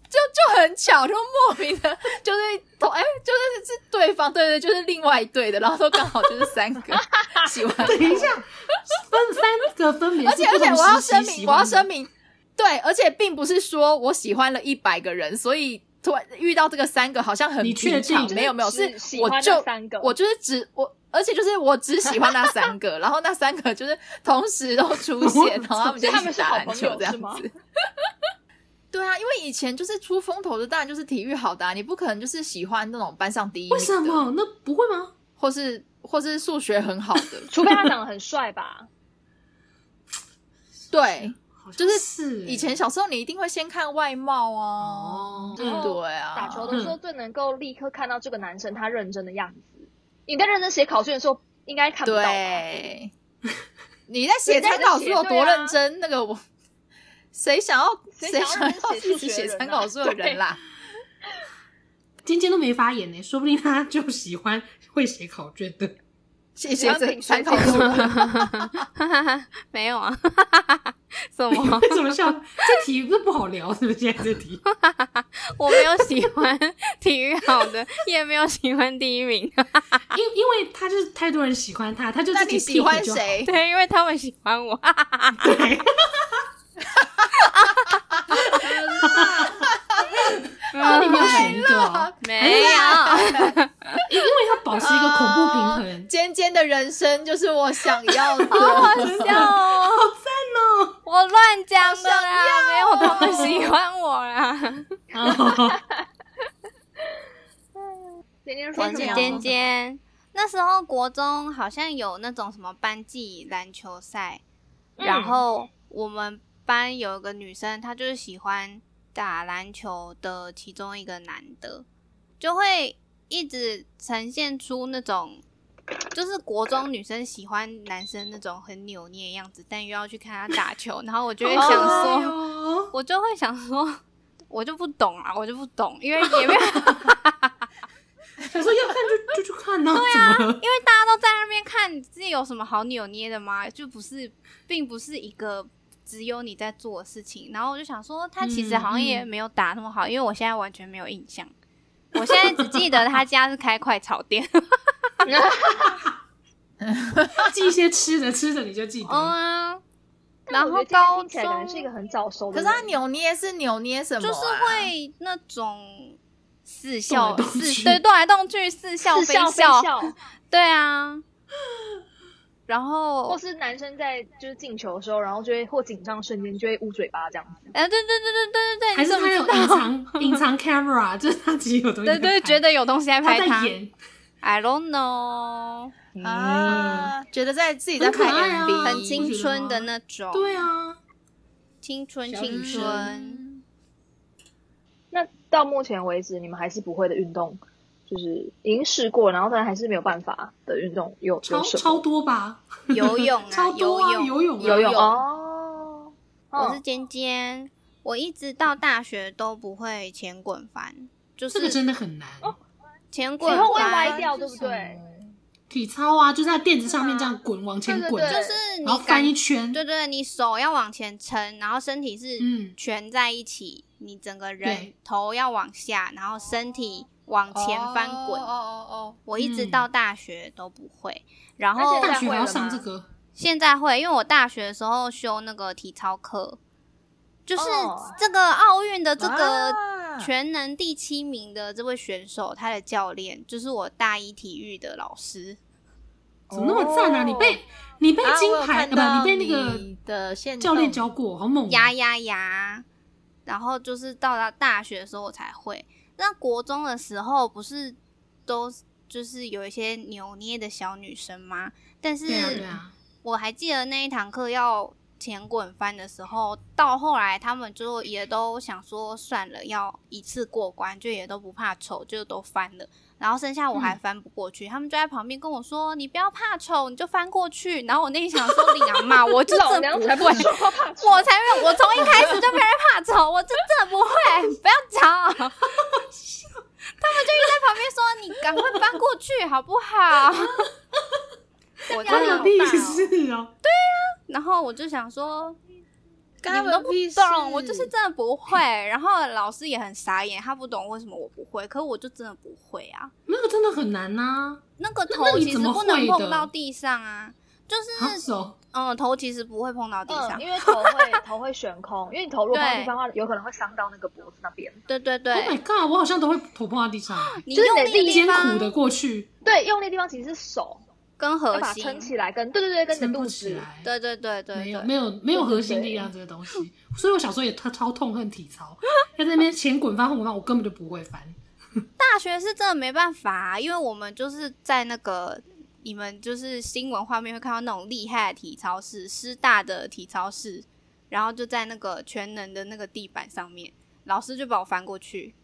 [SPEAKER 1] 就很巧，就莫名的，就是同哎、就是是对方，对对，就是另外一对的，然后都刚好就是三个 喜欢，
[SPEAKER 2] 等一下，分三个分别
[SPEAKER 1] 而
[SPEAKER 2] 是
[SPEAKER 1] 且而
[SPEAKER 2] 不
[SPEAKER 1] 且
[SPEAKER 2] 同时期喜欢的，
[SPEAKER 1] 我要声明，我要声明，对，而且并不是说我喜欢了一百个人，所以突然遇到这个三个好像很
[SPEAKER 2] 你确
[SPEAKER 1] 平常
[SPEAKER 2] 定
[SPEAKER 1] 没有没有，
[SPEAKER 4] 就是
[SPEAKER 1] 是
[SPEAKER 4] 只喜
[SPEAKER 1] 我
[SPEAKER 4] 欢
[SPEAKER 1] 就
[SPEAKER 4] 那三个
[SPEAKER 1] 我就是只我。而且就是我只喜欢那三个，然后那三个就是同时都出现， 然后他们就一
[SPEAKER 4] 他们
[SPEAKER 1] 起
[SPEAKER 4] 是
[SPEAKER 1] 打
[SPEAKER 4] 好
[SPEAKER 1] 篮
[SPEAKER 4] 朋
[SPEAKER 1] 球
[SPEAKER 4] 友
[SPEAKER 1] 这样
[SPEAKER 4] 是吗
[SPEAKER 1] 子。 对啊，因为以前就是出风头的，当然就是体育好的、啊，你不可能就是喜欢那种班上第一名的，
[SPEAKER 2] 为什么？那不会吗？
[SPEAKER 1] 或是或是数学很好的，
[SPEAKER 4] 除非他长得很帅吧。
[SPEAKER 1] 对，
[SPEAKER 2] 好像
[SPEAKER 1] 就是欸
[SPEAKER 2] 是
[SPEAKER 1] 以前小时候你一定会先看外貌啊，
[SPEAKER 2] 哦，
[SPEAKER 4] 然后
[SPEAKER 1] 对啊，
[SPEAKER 4] 嗯打球的时候最能够立刻看到这个男生他认真的样子。你在认真写考卷的时候应该看不到吧？
[SPEAKER 1] 对，你 在写参考书有多认真？那个我谁想要
[SPEAKER 4] 谁
[SPEAKER 1] 谁
[SPEAKER 4] 想要
[SPEAKER 1] 想要
[SPEAKER 4] 认真写
[SPEAKER 1] 自
[SPEAKER 4] 数
[SPEAKER 1] 己
[SPEAKER 4] 学
[SPEAKER 1] 写
[SPEAKER 4] 人
[SPEAKER 1] 参
[SPEAKER 4] 啊
[SPEAKER 1] 考书的人啦？
[SPEAKER 2] 尖尖都没发言呢，说不定他就喜欢会写考卷的。
[SPEAKER 1] 谢谢
[SPEAKER 5] 产
[SPEAKER 1] 这
[SPEAKER 5] 品
[SPEAKER 1] 参
[SPEAKER 5] 设计
[SPEAKER 1] 考书。
[SPEAKER 3] 没有啊， 什么？
[SPEAKER 2] 为什么笑？这题不是不好聊，是不是？现在这题，
[SPEAKER 3] 我没有喜欢体育好的，也没有喜欢第一名。
[SPEAKER 2] 因因为他就是太多人喜欢他，他就
[SPEAKER 1] 那
[SPEAKER 2] 自
[SPEAKER 1] 你
[SPEAKER 2] 己
[SPEAKER 1] 喜欢
[SPEAKER 2] pick 就好？
[SPEAKER 1] 谁？
[SPEAKER 3] 对，因为他们喜欢我。
[SPEAKER 2] 对，那你没有选一个
[SPEAKER 1] 哎
[SPEAKER 2] 哦，
[SPEAKER 3] 没有，
[SPEAKER 2] 因因为要保持一个恐怖平衡
[SPEAKER 1] 哦。尖尖的人生就是我想要 的。
[SPEAKER 3] 笑哦，
[SPEAKER 2] 好赞哦！
[SPEAKER 3] 我乱讲的啦，没有他们喜欢我啦。
[SPEAKER 2] 哦，
[SPEAKER 5] 今 天说
[SPEAKER 1] 关
[SPEAKER 5] 什
[SPEAKER 1] 键
[SPEAKER 5] 么？
[SPEAKER 3] 尖尖。那时候国中好像有那种什么班级篮球赛，然后我们班有一个女生，她就是喜欢打篮球的其中一个男的，就会一直呈现出那种就是国中女生喜欢男生那种很扭捏的样子，但又要去看他打球，然后我就会想说。
[SPEAKER 2] 说，
[SPEAKER 3] 我就会想说， 我就不懂啊，我就不懂，因为也没有，因为
[SPEAKER 2] 哎想说要看就就去看呢，怎么了？
[SPEAKER 3] 大家都在那边看，这有什么好扭捏的吗？就不是，并不是一个只有你在做的事情。然后我就想说，他其实好像也没有打那么好，因为我现在完全没有印象，我现在只记得他家是开快炒店，
[SPEAKER 2] 记一些吃的，吃的你就记得。
[SPEAKER 3] 嗯，
[SPEAKER 4] 但
[SPEAKER 3] 然
[SPEAKER 4] 我觉
[SPEAKER 3] 后高
[SPEAKER 4] 得今天听起来感
[SPEAKER 3] 中
[SPEAKER 4] 觉是一个很早熟
[SPEAKER 1] 可
[SPEAKER 4] 的
[SPEAKER 1] 是
[SPEAKER 4] 人，
[SPEAKER 1] 他扭捏是扭捏什么、啊
[SPEAKER 3] 就是。会那种似笑
[SPEAKER 2] 动来动去
[SPEAKER 3] 似对动来动去，似笑
[SPEAKER 5] 是
[SPEAKER 3] 非
[SPEAKER 5] 笑非
[SPEAKER 3] 笑， 对啊。然后
[SPEAKER 4] 或是男生在就是进球的时候，然后就会或紧张瞬间就会捂嘴巴这样子。
[SPEAKER 3] 哎，对对对对对对对，
[SPEAKER 2] 还
[SPEAKER 3] 你
[SPEAKER 2] 是
[SPEAKER 3] 怎么
[SPEAKER 2] 他有
[SPEAKER 3] 知道
[SPEAKER 2] 隐藏隐藏 camera，就是他自己有东西在
[SPEAKER 3] 对
[SPEAKER 2] 拍。
[SPEAKER 3] 对，觉得有东西在
[SPEAKER 2] 他
[SPEAKER 3] 拍
[SPEAKER 2] 在演，
[SPEAKER 3] I don't know，
[SPEAKER 2] 嗯，
[SPEAKER 1] 啊，觉得在自己在拍
[SPEAKER 2] 很可爱啊
[SPEAKER 1] MV，
[SPEAKER 3] 很青春的那种，
[SPEAKER 2] 对啊，
[SPEAKER 3] 青春
[SPEAKER 2] 小
[SPEAKER 3] 青
[SPEAKER 2] 女生
[SPEAKER 3] 春。
[SPEAKER 4] 那到目前为止，你们还是不会的运动，就是已经试过，然后但还是没有办法的运动有
[SPEAKER 2] 超
[SPEAKER 4] 有什
[SPEAKER 2] 超
[SPEAKER 4] 么？
[SPEAKER 2] 多吧，
[SPEAKER 3] 游泳啊，
[SPEAKER 2] 超
[SPEAKER 3] 游
[SPEAKER 2] 多啊，
[SPEAKER 3] 泳，
[SPEAKER 2] 游泳啊，
[SPEAKER 1] 游泳
[SPEAKER 4] 哦，
[SPEAKER 3] 我是
[SPEAKER 4] 哦
[SPEAKER 3] 尖尖，我一直到大学都不会前滚翻，就
[SPEAKER 2] 这个
[SPEAKER 3] 是
[SPEAKER 2] 真的很难。
[SPEAKER 3] 前滚
[SPEAKER 4] 前后会歪
[SPEAKER 3] 翻，
[SPEAKER 4] 掉，对不对？
[SPEAKER 2] 体操啊，就是在垫子上面这样滚，往前滚，
[SPEAKER 4] 对对
[SPEAKER 3] 就
[SPEAKER 4] 对
[SPEAKER 3] 是
[SPEAKER 2] 然后
[SPEAKER 3] 你
[SPEAKER 2] 翻
[SPEAKER 3] 感
[SPEAKER 2] 一，圈，
[SPEAKER 3] 对对，你手要往前撑，然后身体是
[SPEAKER 2] 嗯
[SPEAKER 3] 蜷在一起，你整个人
[SPEAKER 2] 对
[SPEAKER 3] 头要往下，然后身体往前翻滚
[SPEAKER 1] 哦。哦哦，
[SPEAKER 3] 我一直
[SPEAKER 2] 嗯
[SPEAKER 3] 到大学都不会，然
[SPEAKER 4] 那
[SPEAKER 3] 后
[SPEAKER 4] 现在
[SPEAKER 2] 大学还要
[SPEAKER 4] 会了
[SPEAKER 2] 上
[SPEAKER 4] 吗
[SPEAKER 2] 这个，
[SPEAKER 3] 现在会，因为我大学的时候修那个体操课，就是
[SPEAKER 4] 哦
[SPEAKER 3] 这个奥运的这个
[SPEAKER 1] 啊
[SPEAKER 3] 全能第七名的这位选手，他的教练就是我大一体育的老师。
[SPEAKER 2] 怎么那么赞啊？你被你被
[SPEAKER 1] 哦啊
[SPEAKER 2] 金
[SPEAKER 1] 我有
[SPEAKER 2] 牌，
[SPEAKER 1] 看
[SPEAKER 2] 呃
[SPEAKER 1] 到
[SPEAKER 2] 不，你被那个
[SPEAKER 1] 你的现
[SPEAKER 2] 教练
[SPEAKER 1] 动
[SPEAKER 2] 教过，好猛啊！
[SPEAKER 3] 呀呀呀！然后就是到了大学的时候我才会。那国中的时候不是都就是有一些扭捏的小女生吗？但是
[SPEAKER 2] 对啊对啊，
[SPEAKER 3] 我还记得那一堂课要前滚翻的时候，到后来他们就也都想说算了，要一次过关，就也都不怕丑，就都翻了。然后剩下我还翻不过去，他们就在旁边跟我说：“你不要怕丑，你就翻过去。”然后我内心想说：“你啊骂我就
[SPEAKER 4] 老
[SPEAKER 3] 真
[SPEAKER 4] 娘
[SPEAKER 3] 不
[SPEAKER 4] 才不
[SPEAKER 3] 会，
[SPEAKER 4] 说怕丑
[SPEAKER 3] 我才没有，我从一开始就没人怕丑，我真的不会，不要吵。”他们就一直在旁边说：“你赶快翻过去好不好？” 我
[SPEAKER 2] 关
[SPEAKER 3] 真的
[SPEAKER 2] 我
[SPEAKER 3] 好
[SPEAKER 2] 屁
[SPEAKER 3] 棒哦
[SPEAKER 2] 事哦！
[SPEAKER 3] 然后我就想说，你
[SPEAKER 1] 干
[SPEAKER 3] 们
[SPEAKER 1] 我
[SPEAKER 3] 都不
[SPEAKER 1] 屁
[SPEAKER 3] 懂，
[SPEAKER 1] 事
[SPEAKER 3] 啊我就是真的不会。 然后老师也很傻眼，他不懂为什么我不会，可我就真的不会啊。
[SPEAKER 2] 那个真的很难啊呐，
[SPEAKER 3] 那个
[SPEAKER 2] 那
[SPEAKER 3] 头
[SPEAKER 2] 你
[SPEAKER 3] 其实
[SPEAKER 2] 怎么
[SPEAKER 3] 不能
[SPEAKER 2] 会
[SPEAKER 3] 碰
[SPEAKER 2] 的
[SPEAKER 3] 到地上啊，就
[SPEAKER 2] 啊
[SPEAKER 3] 是
[SPEAKER 2] 手
[SPEAKER 3] 嗯，头其实不会碰到地上
[SPEAKER 4] 嗯，。因为头会头会悬空，因为你头如果碰
[SPEAKER 3] 对
[SPEAKER 4] 到地方的话，有可能会伤到那个脖子那边。
[SPEAKER 3] 对对
[SPEAKER 2] ，Oh my
[SPEAKER 3] 对，
[SPEAKER 2] god，我好像都会头碰到地上，
[SPEAKER 3] 你
[SPEAKER 4] 就是
[SPEAKER 3] 用
[SPEAKER 4] 得
[SPEAKER 3] 力的地
[SPEAKER 2] 艰苦的
[SPEAKER 3] 方
[SPEAKER 2] 过去，
[SPEAKER 4] 对，用力的地方其实是手，
[SPEAKER 3] 跟
[SPEAKER 4] 要
[SPEAKER 3] 核
[SPEAKER 4] 把它
[SPEAKER 3] 心，
[SPEAKER 4] 撑起来，跟对对对，跟你
[SPEAKER 2] 撑
[SPEAKER 4] 的
[SPEAKER 2] 不
[SPEAKER 4] 肚
[SPEAKER 2] 起
[SPEAKER 4] 子。
[SPEAKER 2] 来。
[SPEAKER 3] 对对对对
[SPEAKER 2] 没有
[SPEAKER 3] 对
[SPEAKER 2] 没。有没有核心
[SPEAKER 4] 对
[SPEAKER 2] 力量这个东西，所以我小时候也超超痛恨体操，在那边前滚翻后滚翻，我根本就不会 翻。
[SPEAKER 3] 大学是真的没办法、啊因为我们就是在那个你们就是新闻画面会看到那种厉害的体操室，师大的体操室，然后就在那个全能的那个地板上面，老师就把我翻过去。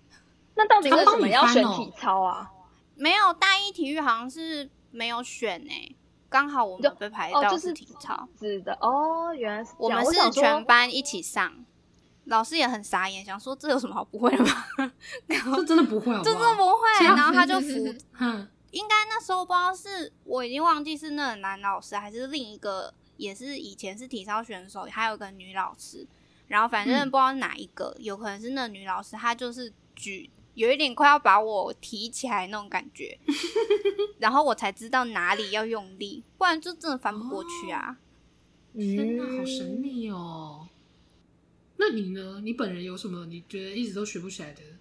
[SPEAKER 4] 那到底为什么要
[SPEAKER 2] 他帮
[SPEAKER 4] 选
[SPEAKER 2] 你哦
[SPEAKER 4] 体操啊？
[SPEAKER 3] 没有大一体育好像是没有选哎、刚好我
[SPEAKER 4] 就
[SPEAKER 3] 们被
[SPEAKER 2] 哎
[SPEAKER 3] 排
[SPEAKER 4] 哦，
[SPEAKER 3] 到
[SPEAKER 4] 就是
[SPEAKER 3] 体操，
[SPEAKER 4] 指的哦，原来是这
[SPEAKER 3] 我们
[SPEAKER 4] 样我
[SPEAKER 3] 是
[SPEAKER 4] 想说
[SPEAKER 3] 全班一起上，老师也很傻眼，想说这有什么好不会的吗？
[SPEAKER 2] 这真的不会好不
[SPEAKER 3] 就这
[SPEAKER 2] 好？
[SPEAKER 3] 不会，
[SPEAKER 2] 这样
[SPEAKER 3] 然后他就扶
[SPEAKER 2] 哼，
[SPEAKER 3] 一应该那时候不知道是我已经忘记是那个男老师还是另一个，也是以前是体操选手，还有一个女老师。然后反正
[SPEAKER 1] 嗯
[SPEAKER 3] 不知道哪一个，有可能是那个女老师，她就是举有一点快要把我提起来那种感 觉，然后我才知道哪里要用力，不然就真的翻不过去啊。
[SPEAKER 4] 嗯
[SPEAKER 2] 天哪，好神秘哦！那你呢？你本人有什么你觉得一直都学不起来的运动？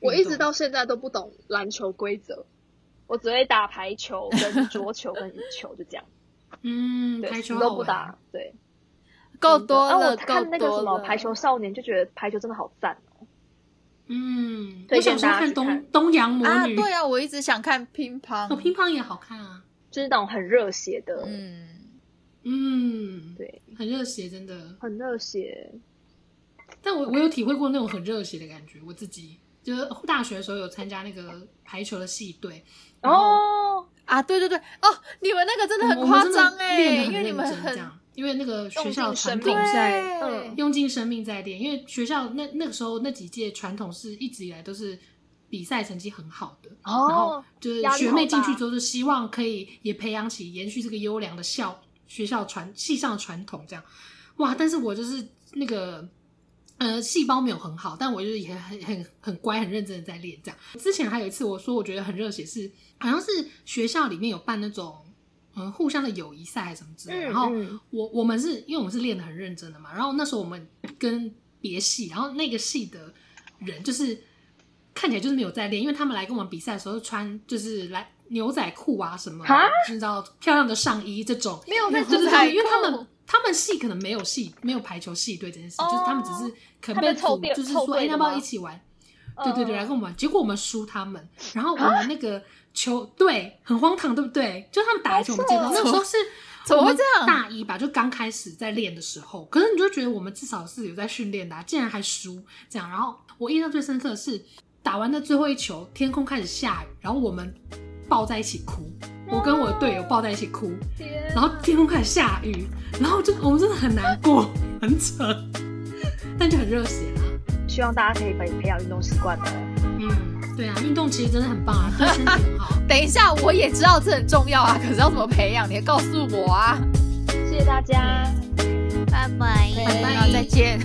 [SPEAKER 5] 我一直到现在都不懂篮球规则，
[SPEAKER 4] 我只会打 排球、跟桌球、跟羽球，就这样。
[SPEAKER 2] 嗯，
[SPEAKER 4] 对，
[SPEAKER 2] 排球
[SPEAKER 4] 什么都
[SPEAKER 2] 好
[SPEAKER 4] 不
[SPEAKER 2] 玩
[SPEAKER 4] 打。对，
[SPEAKER 1] 够多
[SPEAKER 4] 啊！
[SPEAKER 1] 了，
[SPEAKER 4] 我
[SPEAKER 1] 够
[SPEAKER 4] 看那个
[SPEAKER 1] 多
[SPEAKER 4] 什么
[SPEAKER 1] 了。
[SPEAKER 4] 《排球少年》，就觉得排球真的好赞哦。
[SPEAKER 2] 嗯，我
[SPEAKER 4] 推
[SPEAKER 2] 小
[SPEAKER 4] 荐
[SPEAKER 2] 时候
[SPEAKER 4] 大家
[SPEAKER 2] 看
[SPEAKER 4] 去
[SPEAKER 2] 东
[SPEAKER 4] 看
[SPEAKER 2] 东洋魔
[SPEAKER 1] 啊，
[SPEAKER 2] 女，
[SPEAKER 1] 对啊，我一直想看乒乓，
[SPEAKER 2] 哦，乒乓也好看啊。
[SPEAKER 4] 就是那种很热血的，
[SPEAKER 1] 嗯，
[SPEAKER 2] 嗯，
[SPEAKER 4] 对，
[SPEAKER 2] 很热血，真的。
[SPEAKER 4] 很热血。
[SPEAKER 2] 但我我有体会过那种很热血的感觉，我自己就是大学的时候有参加那个排球的系队，然后
[SPEAKER 4] 哦，
[SPEAKER 1] 啊，对对对，哦，你们那个真的
[SPEAKER 2] 我
[SPEAKER 1] 很
[SPEAKER 2] 们我们
[SPEAKER 1] 夸
[SPEAKER 2] 真的
[SPEAKER 1] 张哎，
[SPEAKER 2] 练得
[SPEAKER 1] 因为你们
[SPEAKER 2] 认真这
[SPEAKER 1] 很
[SPEAKER 2] 样，因为那个学校的传
[SPEAKER 5] 用尽生
[SPEAKER 2] 统
[SPEAKER 5] 命
[SPEAKER 2] 是
[SPEAKER 1] 对，
[SPEAKER 4] 嗯
[SPEAKER 2] 用尽生命在练，因为学校那那个时候那几届传统是一直以来都是比赛成绩很好的，然后
[SPEAKER 4] 哦，
[SPEAKER 2] 就是
[SPEAKER 4] 压力
[SPEAKER 2] 学
[SPEAKER 4] 好
[SPEAKER 2] 妹进去
[SPEAKER 4] 大
[SPEAKER 2] 之后，就希望可以也培养起延续这个优良的校学校传系上的传统这样。哇！但是我就是那个呃细胞没有很好，但我就是也很很很乖、很认真的在练这样。之前还有一次我说我觉得很热血是，好像是学校里面有办那种嗯互相的友谊赛还是什么之类的，
[SPEAKER 4] 嗯
[SPEAKER 2] 然后
[SPEAKER 4] 嗯
[SPEAKER 2] 我我们是因为我们是练得很认真的嘛，然后那时候我们跟别系，然后那个系的人就是看起来就是没有在练，因为他们来跟我们比赛的时候穿就是来牛仔裤啊什么，
[SPEAKER 4] 哈
[SPEAKER 2] 就是你知道漂亮的上衣这种，
[SPEAKER 5] 没有在
[SPEAKER 2] 对对
[SPEAKER 5] 真
[SPEAKER 2] 对，
[SPEAKER 5] 材
[SPEAKER 2] 因为他们他们系可能没有系没有排球系队这件事，
[SPEAKER 4] 哦
[SPEAKER 2] 就是他们只是可能
[SPEAKER 4] 他
[SPEAKER 2] 被
[SPEAKER 4] 们凑
[SPEAKER 2] 组
[SPEAKER 4] 队，
[SPEAKER 2] 就是
[SPEAKER 4] 凑
[SPEAKER 2] 说
[SPEAKER 4] 队
[SPEAKER 2] 哎
[SPEAKER 4] 的
[SPEAKER 2] 要不要
[SPEAKER 4] 吗
[SPEAKER 2] 一起玩？对对对，
[SPEAKER 4] 嗯
[SPEAKER 2] 来跟我们玩，结果我们输他们，然后我
[SPEAKER 1] 啊
[SPEAKER 2] 们那个球队很荒唐，对不对？就他们打一球我们接不到，那个时候是
[SPEAKER 1] 怎么
[SPEAKER 2] 我们
[SPEAKER 1] 会这样
[SPEAKER 2] 大一吧，就刚开始在练的时候，可是你就觉得我们至少是有在训练的、啊，竟然还输这样。然后我印象最深刻的是打完的最后一球，天空开始下雨，然后我们抱在一起哭，我跟我的队友抱在一起哭，
[SPEAKER 4] 天
[SPEAKER 2] 然后天空开始下雨，然后就我们真的很难过，很扯，但就很热血啊啦。
[SPEAKER 4] 希望大家可以培培养运动习惯哦。
[SPEAKER 2] 嗯，对啊，运动其实真的很棒啊， 对身体很好。
[SPEAKER 1] 等一下，我也知道这很重要啊，可是要怎么培养？你也告诉我啊！
[SPEAKER 4] 谢谢大家。
[SPEAKER 3] 拜拜，
[SPEAKER 1] 拜，再见。